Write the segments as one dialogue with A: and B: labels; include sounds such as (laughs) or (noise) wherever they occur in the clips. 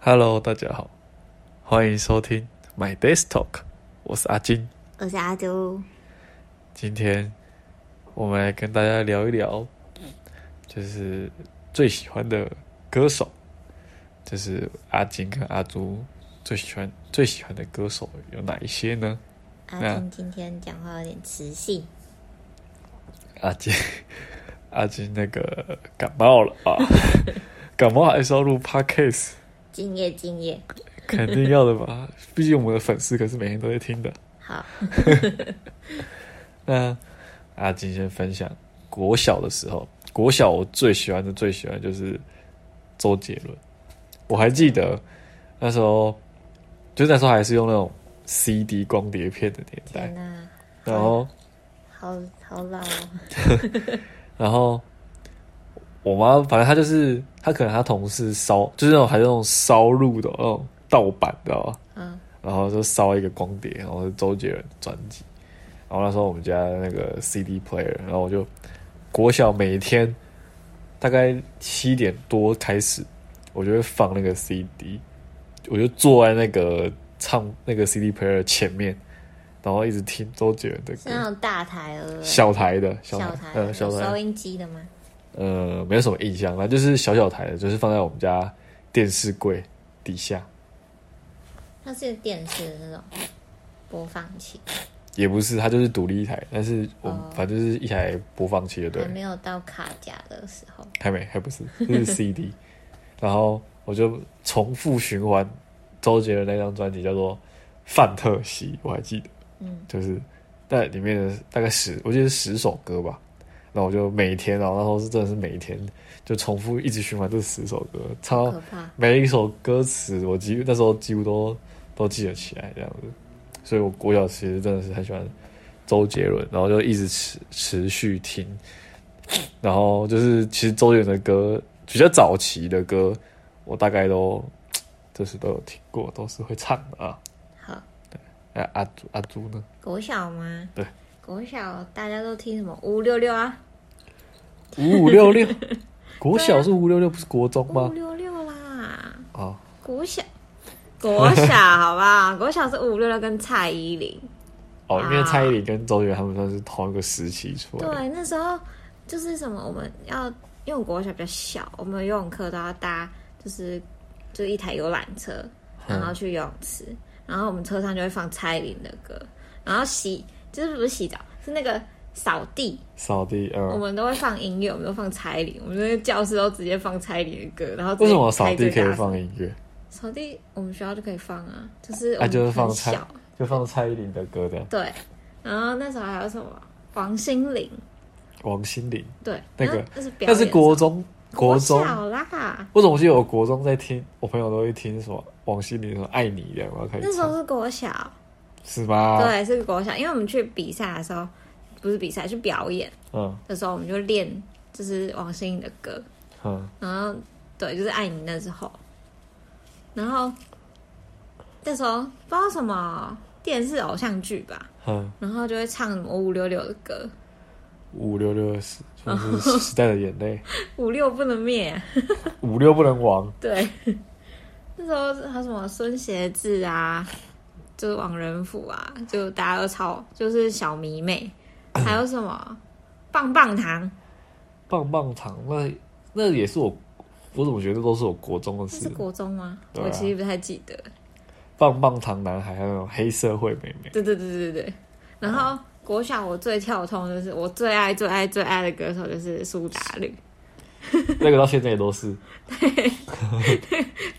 A: Hello，大家好，欢迎收听 My Desk Talk，我是阿金。
B: 我是阿朱，
A: 今天我们来跟大家聊一聊，就是最喜欢的歌手，就是阿金跟阿朱最喜欢最喜欢的歌手有哪一些呢？
B: 阿
A: 那
B: 金啊今天讲话有点磁性，
A: 阿金， (laughs) 阿金那个感冒了啊， (laughs) 感冒还是要录 Podcast，
B: 敬业敬业。
A: 肯定要的吧？毕竟我们的粉丝可是每天都在听的。
B: 好，
A: (laughs) 那阿金先分享国小的时候，国小我最喜欢的最喜欢就是周杰伦。我还记得那时候，就那时候还是用那种 CD 光碟片的年代
B: 天，哪、
A: 然后
B: 好好老哦。
A: 然后我妈反正她就是她可能她同事烧，就是那种还是那种烧录的那种盗版，知道吧？
B: 嗯，
A: 然后就烧一个光碟，然后是周杰伦专辑。然后那时候我们家那个 CD player，然后我就国小每天大概七点多开始，我就会放那个 CD，我就坐在那个唱那个 CD player 前面，然后一直听周杰伦的
B: 是那
A: 歌。
B: 种大台鹅，
A: 小台的，小
B: 小
A: 台，
B: 台鹅，
A: 呃，
B: 有
A: 小
B: 收
A: 台，
B: 音机的吗？
A: 呃，没有什么印象，反正就是小小台的，就是放在我们家电视柜底下，
B: 那是电视的那种播放器，
A: 也不是，它就是独立一台，但是我们
B: 哦
A: 反正就是一台播放器的，对
B: 还，没有到卡夹的时候。
A: 还没，还不是，这是 CD。然 (laughs) 后我就重复循环周杰伦那张专辑，叫做《范特西》，我还记得，
B: 嗯，
A: 就是在里面的大概十，我记得是十首歌吧。然后我就每天，然后那时候是真的是每天就重复一直循环这十首歌，唱到
B: 可怕。
A: 每一首歌词，我几乎那时候几乎都都记得起来这样子，所以我国小其实真的是很喜欢周杰伦，然后就一直持持续听，然后就是其实周杰伦的歌比较早期的歌，我大概都就是都有听过，都是会唱的啊。
B: 好，
A: 哎、阿朱阿朱呢？
B: 国小吗？
A: 对，
B: 国小大家都听什么五五六六啊，
A: 五五六六，国小是五六六，不是国中
B: 五
A: 吗
B: 五？六六啦，
A: 啊，
B: 国小。国小好不好？国小是五五六六跟蔡依林，
A: 哦，因为蔡依林跟周杰伦他们算是同一个时期出来的，
B: 对，那时候就是什么，我们要因为我国小比较小，我们游泳课都要搭，就是就一台游览车，
A: 嗯
B: 然后去游泳池，然后我们车上就会放蔡依林的歌，然后洗就是不是洗澡，是那个扫地，
A: 扫地，嗯，
B: 我们都会放音乐，我们都放蔡依林，我们那个教室都直接放蔡依林的歌，然后直接
A: 为什么扫
B: 开最
A: 地可以
B: 大
A: 放
B: 声？
A: 音乐？
B: 扫地我们学校就可以放啊，就是我
A: 啊
B: 们
A: 就是
B: 很
A: 放蔡
B: 小，
A: 就放蔡依林的歌这样。
B: 对，然后那时候还有什么王心凌。
A: 王心凌，
B: 对，
A: 那个
B: 那是表
A: 那是
B: 演
A: 国中，国中，
B: 小啦，
A: 我总记得我国中在听，我朋友都会听什么王心凌什么爱你这样，我要开始
B: 那时候
A: 唱，
B: 是国小，
A: 是吧？
B: 对，是国小，因为我们去比赛的时候，不是比赛，去表演
A: 嗯
B: 的时候，我们就练就是王心凌的歌，
A: 嗯，
B: 然后对，就是爱你那时候，然后那时候不知道什么电视偶像剧吧，
A: 嗯，
B: 然后就会唱什么五五六六的歌，
A: 五六六是就是时代的眼泪， (laughs)
B: 五六不能灭、
A: 五六不能亡，
B: 对， (laughs) 那时候还有什么孙协志啊，就是王仁甫啊，就大家都超，就是小迷妹，还有什么棒棒糖，
A: 棒棒糖，那那也是我，我怎么觉得都是我国中的
B: 那是
A: 事，
B: 国中吗？
A: 对啊
B: 我其实不太记得。
A: 棒棒糖男孩还有那种黑社会妹
B: (laughs)
A: 妹，
B: 对对对对对对。然后国小我最跳通就是我最爱最爱最爱的歌手就是苏打绿，
A: 那个到现在也都是，
B: 不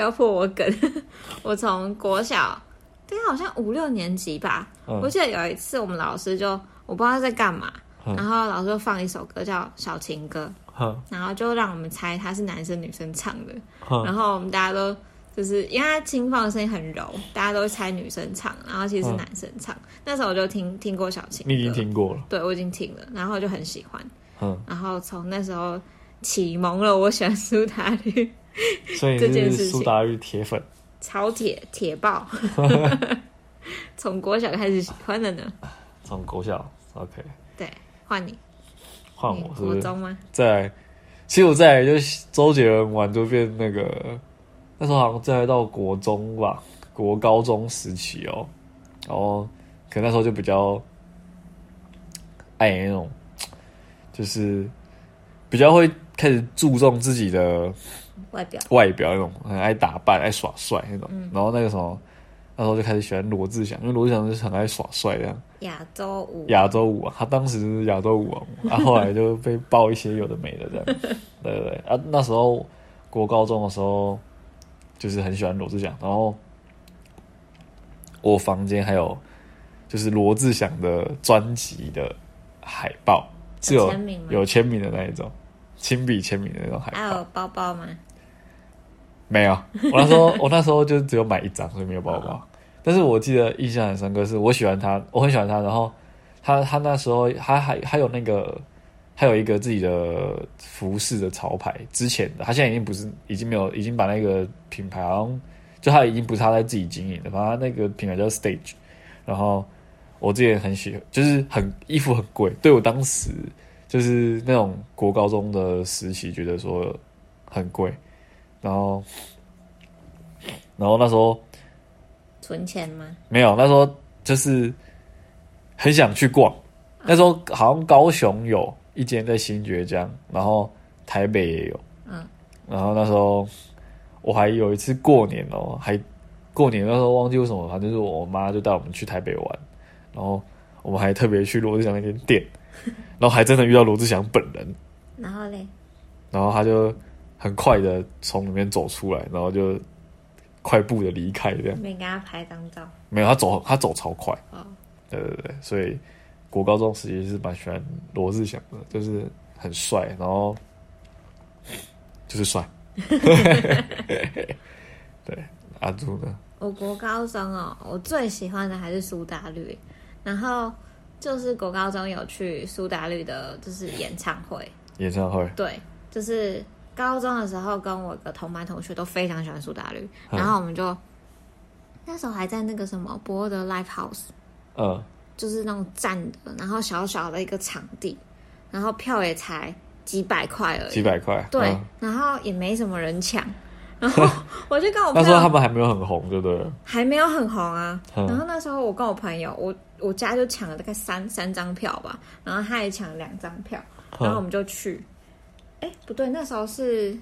B: 要破我梗。 (laughs) 我从国小，大概好像五六年级吧，
A: 嗯
B: 我记得有一次我们老师就我不知道他在干嘛，
A: 嗯
B: 然后老师就放一首歌叫《小情歌》，
A: 哼
B: 然后就让我们猜他是男生女生唱的，
A: 哼
B: 然后我们大家都就是因为他轻放的声音很柔，大家都会猜女生唱，然后其实是
A: 嗯
B: 男生唱。那时候我就听听过小情歌，
A: 你已经听过了，
B: 对我已经听了，然后我就很喜欢，
A: 嗯，
B: 然后从那时候启蒙了我喜欢苏打绿，
A: 所以
B: 这件
A: 你
B: 事
A: 是
B: 情
A: 苏打绿铁粉。
B: 超铁
A: (laughs)
B: 铁爆，从国小开始喜欢的呢。
A: 从国小，OK，
B: 对，换你，
A: 换
B: 你
A: 我是不
B: 国
A: 是？
B: 中吗？
A: 再来，其实我再来就是周杰伦完就变那个那时候好像在到国中吧，国高中时期哦，然后可能那时候就比较爱那种，就是比较会开始注重自己的
B: 外表
A: 外表那种，很爱打扮、爱耍帅那种。然后那个什么，那时候就开始喜欢罗志祥，因为罗志祥就是很爱耍帅这样。
B: 亚洲舞，
A: 亚洲舞王，他当时是亚洲舞王嘛，啊，后来就被爆一些有的没的这样，
B: (laughs)
A: 对对对，啊，那时候国高中的时候，就是很喜欢罗志祥，然后我房间还有就是罗志祥的专辑的海报，是
B: 有
A: 有
B: 签名吗
A: 有签名的那一种，亲笔签名的那种海
B: 还
A: 报，
B: 有包包吗？
A: 没有，我那时候 (laughs) 我那时候就只有买一张，所以没有包包。但是我记得印象很深刻，是我喜欢他，我很喜欢他。然后他他那时候他还还有那个还有一个自己的服饰的潮牌，之前的他现在已经不是已经没有已经把那个品牌好像就他已经不是他在自己经营的，反正那个品牌叫 Stage。然后我之前很喜欢，就是很衣服很贵，对我当时就是那种国高中的时期，觉得说很贵。然后，然后那时候
B: 存钱吗？
A: 没有，那时候就是很想去逛。那时候好像高雄有一间在新爵江，然后台北也有，
B: 嗯，
A: 然后那时候我还有一次过年哦，还过年那时候忘记为什么，反正就是我妈就带我们去台北玩，然后我们还特别去罗志祥那间店，然后还真的遇到罗志祥本人，
B: 然后嘞，
A: 然后他就很快的从里面走出来，然后就快步的离开，这样
B: 没给他拍张照
A: 没有他走他走超快，
B: 哦。
A: 对对对，所以国高中时期是蛮喜欢罗志祥的，就是很帅，然后就是帅，
B: (laughs)
A: 对阿朱呢，
B: 我国高中哦，我最喜欢的还是苏打绿，然后就是国高中有去苏打绿的，就是演唱会，
A: 演唱会
B: 对，就是高中的时候跟我的同班同学都非常喜欢苏打绿，
A: 嗯
B: 然后我们就那时候还在那个什么博德 Live House，
A: 嗯
B: 就是那种站的，然后小小的一个场地，然后票也才几百块而
A: 几
B: 已，
A: 百块，
B: 对，哦
A: 嗯
B: 然后也没什么人抢，
A: (laughs)
B: 然后我就跟我
A: 那
B: 朋
A: 时候他
B: 友
A: 们还没有很红，对不对了？
B: 还没有很红啊，
A: 嗯
B: 然后那时候我跟我朋友，我我家就抢了大概三三张票吧，然后他也抢了两张票，然后
A: 嗯
B: 我们就去，哎、不对，那时候是，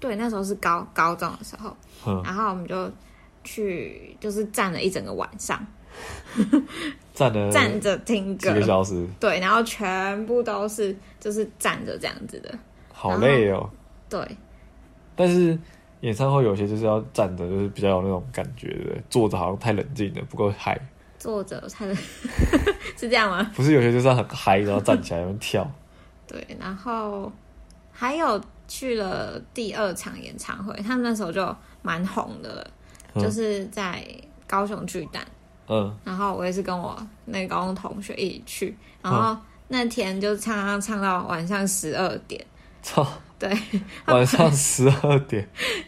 B: 对，那时候是高高中的时候，
A: 嗯，
B: 然后我们就去，就是站了一整个晚上，
A: 站了
B: 站着听
A: 嗯几
B: 歌，
A: 个小时，
B: 对，然后全部都是就是站着这样子的，
A: 好累哦。
B: 对，
A: 但是演唱会有些就是要站着，就是比较有那种感觉，对不对？坐着好像太冷静了，不够嗨。
B: 坐着才能 (laughs) 是这样吗？
A: 不是有些就是要很嗨，然后站起来然后跳。
B: 对，然后还有去了第二场演唱会，他们那时候就蛮红的了，
A: 嗯
B: 就是在高雄巨蛋，
A: 嗯，
B: 然后我也是跟我那个高中同学一起去，然后那天就唱唱唱到晚上十二点，
A: 操，
B: 对，
A: (laughs) 晚上十二
B: (laughs)
A: 点，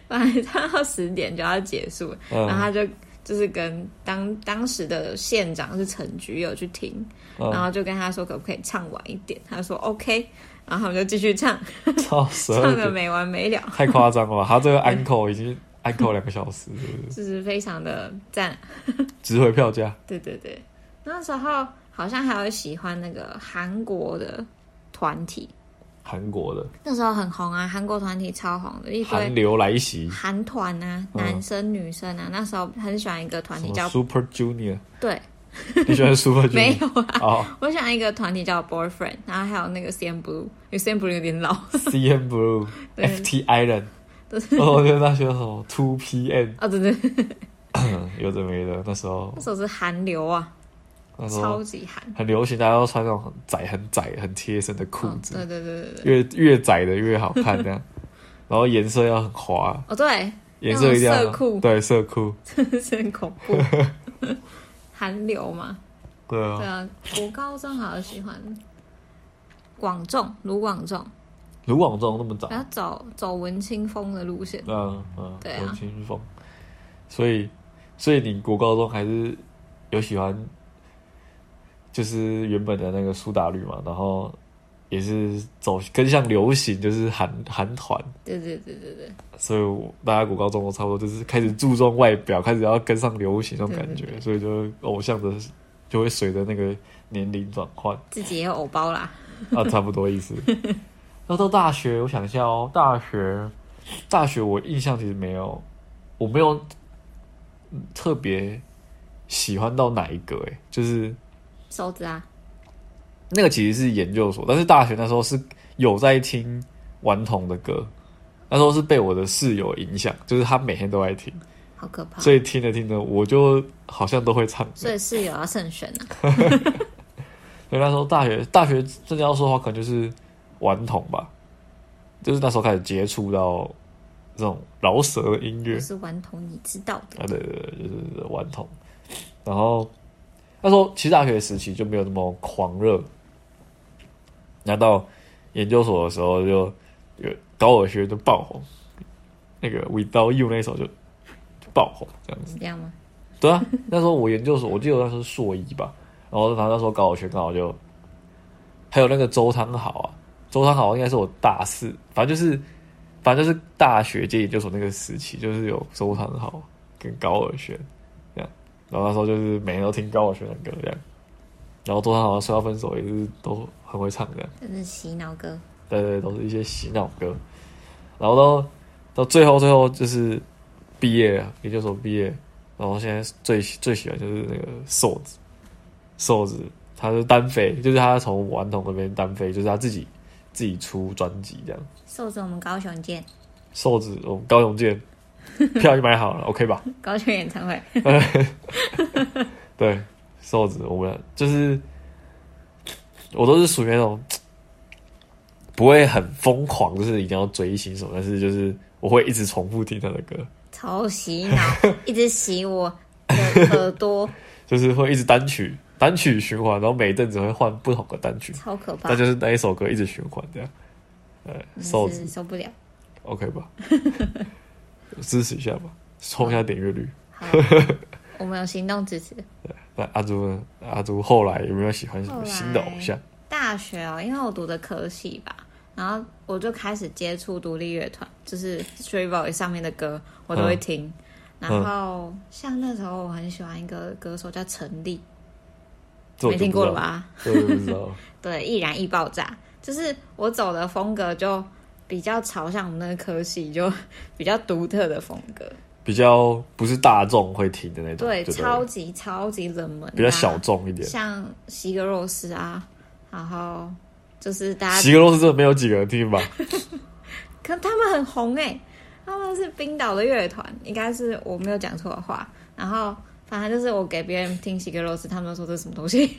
B: 晚上到十点就要结束了，然后
A: 嗯
B: 他就。就是跟当当时的县长是陈菊有去听，然
A: 嗯，
B: 后就跟他说可不可以唱晚一点，他说 OK，然后我们就继续唱，
A: 操十二
B: 唱的
A: 点，
B: 没完没了。
A: 太夸张
B: (laughs)
A: 了吧？他这个 uncle 已经 uncle 两个小时，是不是
B: 就是非常的赞，
A: 值回票价。
B: 对对对。那时候好像还有喜欢那个韩国的团体，
A: 韩国的
B: 那时候很红啊，韩国团体超红的，一
A: 韩
B: 堆
A: 流来袭，
B: 韩团啊，
A: 嗯
B: 男生女生啊，那时候很喜欢一个团
A: 什
B: 体
A: 么
B: 叫
A: Super Junior，
B: 对，
A: 你喜欢 Super
B: (laughs) 没
A: Junior？
B: 有啊，
A: 哦
B: 我喜欢一个团体叫 Boyfriend，然后还有那个 CN Blue，因为 CN Blue 有点老，
A: ，CN Blue、
B: (laughs) 对
A: FT Island，
B: 对
A: 哦，对，那学什么 Two PM，
B: 哦对对，
A: 有的没的，那时候
B: 那时候是韩流啊，
A: 那时候
B: 超级韩，
A: 很流行，大家都穿那种很窄、很窄、很贴身的裤
B: 哦
A: 子，
B: 对对对对对，
A: 越越窄的越好看，这样，然后颜色要很滑，
B: 哦对，
A: 颜色一定要
B: 那种色裤
A: 对色裤，
B: 真的是很恐怖，韩流嘛。
A: 对啊，
B: 对啊，我高中好像喜欢广仲，卢广仲，
A: 卢广仲那么早
B: 然，后走走文青风的路线。
A: 嗯嗯，
B: 啊对啊
A: 文青风，所以所以你国高中还是有喜欢，就是原本的那个苏打绿嘛，然后也是走跟上流行，就是韩韩团，
B: 对对对对对，
A: 所以我大家国高中都差不多，就是开始注重外表，开始要跟上流行那种感觉，
B: 对对对
A: 所以就偶像的就会随着那个年龄转换，
B: 自己也有偶包啦。
A: (laughs) 啊，差不多意思。那到大学，我想一下哦，大学，大学我印象其实没有，我没有嗯特别喜欢到哪一个、欸，就是
B: 手指啊，
A: 那个其实是研究所，但是大学那时候是有在听顽童的歌，那时候是被我的室友影响，就是他每天都在听，
B: 好可怕。
A: 所以听着听着我就好像都会唱。
B: 所以室友要慎选啊。
A: 所以那时候大学，大学真的要说的话，可能就是顽童吧，就是那时候开始接触到这种饶舌的音乐
B: 我是顽童，你知道的。
A: 啊，对对对，就是顽童。然后那时候其实大学时期就没有那么狂热，那到研究所的时候就有高尔学就爆红，那个《Without You》那首就就爆红这样子。
B: 是这样吗？
A: 对啊，那时候我研究所，我记得我那时候是硕一吧，然后反正那时候高考学刚好就，还有那个周汤豪啊，周汤豪应该是我大四，反正就是，反正就是大学接研究所那个时期，就是有周汤豪跟高尔宣这样，然后那时候就是每天都听高尔宣的歌这样，然后周汤豪说要分手也是都很会唱这样。
B: 真是洗脑歌。
A: 对对，都是一些洗脑歌。然后到到最后最后就是毕业了，研究所毕业，然后现在最最喜欢就是那个瘦子，瘦子他是单飞，就是他从顽童那边单飞，就是他自己自己出专辑这样。
B: 瘦子，我们高雄见，
A: 瘦子，我们高雄见，票就买好了，OK 吧？
B: 高雄
A: (laughs)
B: 演唱会。
A: 对，瘦子，我们就是我都是属于那种不会很疯狂，就是一定要追星什么，但是就是我会一直重复听他的歌，
B: 超洗
A: (laughs)
B: 脑，一直洗我的耳朵，
A: 就是会一直单曲单曲循环，然后每一阵子会换不同的单曲，
B: 超可怕
A: 那，就是那一首歌一直循环这样。呃，瘦
B: 真
A: 子
B: 是受
A: (laughs)
B: 不了。
A: ，OK 吧？支持一下吧，冲一下点阅率。
B: 好，我们有行动支持。
A: 那阿朱呢？阿朱后来有没有喜欢什
B: 后
A: 么
B: 来
A: 新的偶像？
B: 大学哦，因为我读的科系吧，然后我就开始接触独立乐团，就是 Street Boy 上面的歌我都会听。
A: 嗯
B: 然后像那时候我很喜欢一个歌手叫陈粒，
A: 这我
B: 没
A: 就
B: 听
A: 不
B: 过
A: 知
B: 了
A: 道？
B: 吧？
A: 这我就不知道了。
B: 对，易燃易爆炸，就是我走的风格就比较朝向我们那个科系，就 (laughs) 比较独特的风格。
A: 比较不是大众会听的那种，
B: 对，
A: 就
B: 超级超级冷门、
A: 啊
B: 啊
A: 比较小，众一点。
B: 像席格肉丝啊，然后就是大家，
A: 席格罗斯真的没有几个人听吧？
B: 可他们很红哎、他们是冰岛的乐团，应该是我没有讲错的话。然后反正就是我给别人听席格肉丝，他们都说这是什么东西。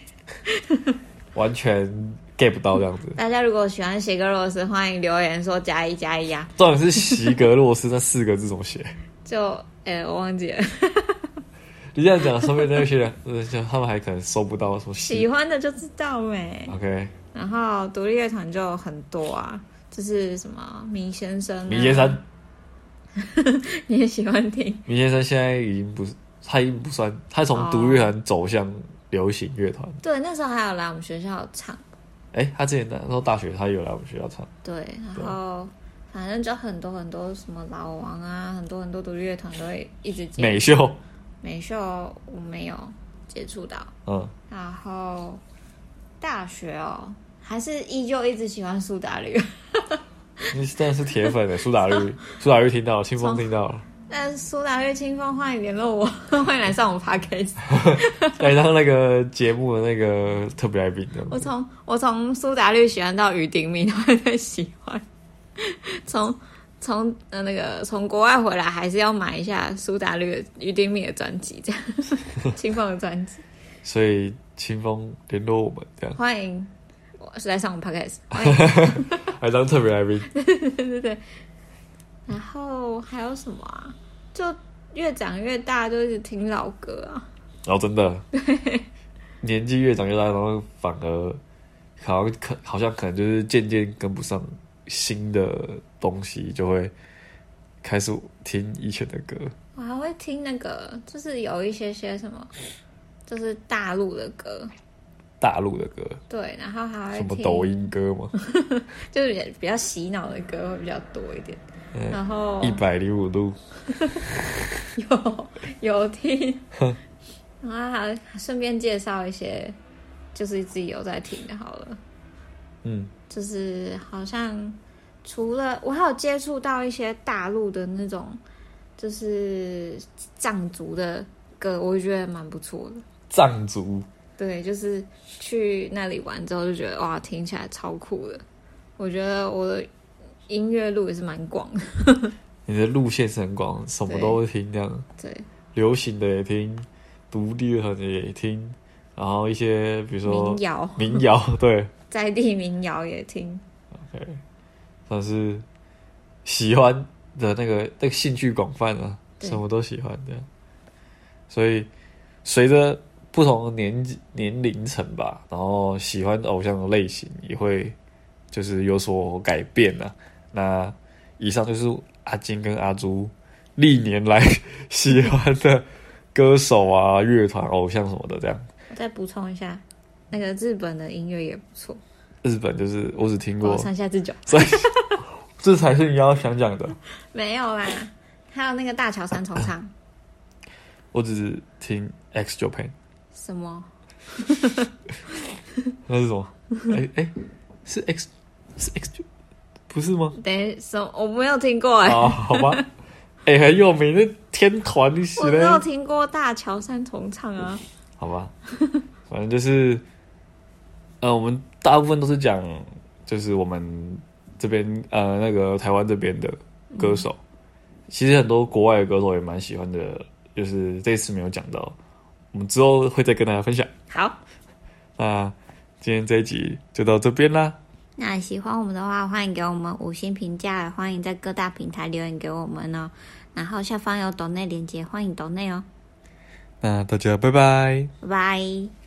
B: (laughs)
A: 完全 get 不到这样子。 (laughs)
B: 大家如果喜欢席格肉丝，欢迎留言说加一加一啊。
A: 重点是席格洛斯那四个字怎么写？ (laughs)
B: 就哎、我忘记了，
A: 你这样讲，说不定那些人，呃就他们还可能收不到什么
B: 喜
A: 席。
B: 欢的就知道没、
A: OK，
B: 然后独立乐团就很多啊，就是什么明先生、啊，
A: 明先生，
B: (laughs) 你也喜欢听。
A: 明先生现在已经不是，他已经不算，他从
B: 哦
A: 独立乐团走向流行乐团。
B: 对，那时候还有来我们学校唱，
A: 哎、他之前那时候大学，他有来我们学校唱。
B: 对，然后反正就很多很多什么老王啊，很多很多独立乐团都会一直接
A: 美秀，
B: 美秀，我没有接触到。
A: 嗯，
B: 然后大学哦，还是依旧一直喜欢苏打绿， (laughs)
A: 你真的是铁粉欸的苏打绿，苏打绿听到了，清风听到了，
B: 但苏打绿清风欢迎联络我， (laughs) 欢迎来上我们 podcast。
A: 来当那个节目的那个特别来宾这样子
B: 我从我从苏打绿喜欢到于鼎敏，都还在喜欢。从从呃那个从国外回来，还是要买一下苏打绿的于鼎敏的专辑，这样 (laughs) 清风的专辑。
A: 所以清风联络我们这样，
B: 欢迎我是来上我们 podcast，
A: 还当特别来宾。
B: 对对对。然后还有什么啊？就越长越大，就一直听老歌啊。
A: 然后哦真的，年纪越长越大，然后反而好像可好像可能就是渐渐跟不上新的东西，就会开始听以前的歌。
B: 我还会听那个，就是有一些些什么，就是大陆的歌，
A: 大陆的歌，
B: 对，然后还
A: 什
B: 会
A: 么
B: 听
A: 抖，音歌嘛，
B: 就是也比较洗脑的歌会比较多一点。然后
A: 嗯一百零五度，
B: (laughs) 有有听， (laughs) 然后还顺便介绍一些，就是自己有在听的，好了，
A: 嗯，
B: 就是好像除了我还有接触到一些大陆的那种，就是藏族的歌，我觉得蛮不错的。
A: 藏族，
B: 对，就是去那里玩之后就觉得哇，听起来超酷的。我觉得我的音乐路也是蛮广的，
A: 你的路线是很广，什么都会听，这样
B: 对，
A: 流行的也听，独立的也听，然后一些比如说
B: 民谣、
A: 民谣， (laughs) 对
B: 在地民谣也听，
A: ，OK，算是喜欢的那个那个兴趣广泛啊，
B: 对
A: 什么都喜欢这样，所以随着不同的年纪年龄层吧，然后喜欢偶像的类型也会就是有所改变啊。那以上就是阿金跟阿朱历年来 (laughs) 喜欢的歌手啊、乐团、偶像什么的，这样。
B: 我再补充一下，那个日本的音乐也不错。
A: 日本就是我只听
B: 我
A: 过，
B: 上下之久
A: 所以 (laughs) 这才是你要想讲的。
B: 没有啦，还有那个大桥三重唱
A: 我只听 X Japan，
B: 什么？
A: 那是什
B: (laughs)
A: 么？哎、哎、是 X 是 X 就不是吗？
B: 等一什么？我没有听过哎、
A: 啊，好吧，哎、很有名的天团，你
B: 我
A: 写
B: 没有
A: 的，
B: 听过大桥三重唱啊。
A: 好吧， (laughs) 反正就是，呃，我们大部分都是讲，就是我们这边呃那个台湾这边的歌手，其实很多国外的歌手也蛮喜欢的，就是这次没有讲到，我们之后会再跟大家分享。
B: 好，
A: 那今天这一集就到这边啦，
B: 那喜欢我们的话，欢迎给我们五星评价，也欢迎在各大平台留言给我们哦。然后下方有抖内链接，欢迎抖内哦，
A: 那大家拜拜。
B: 拜拜。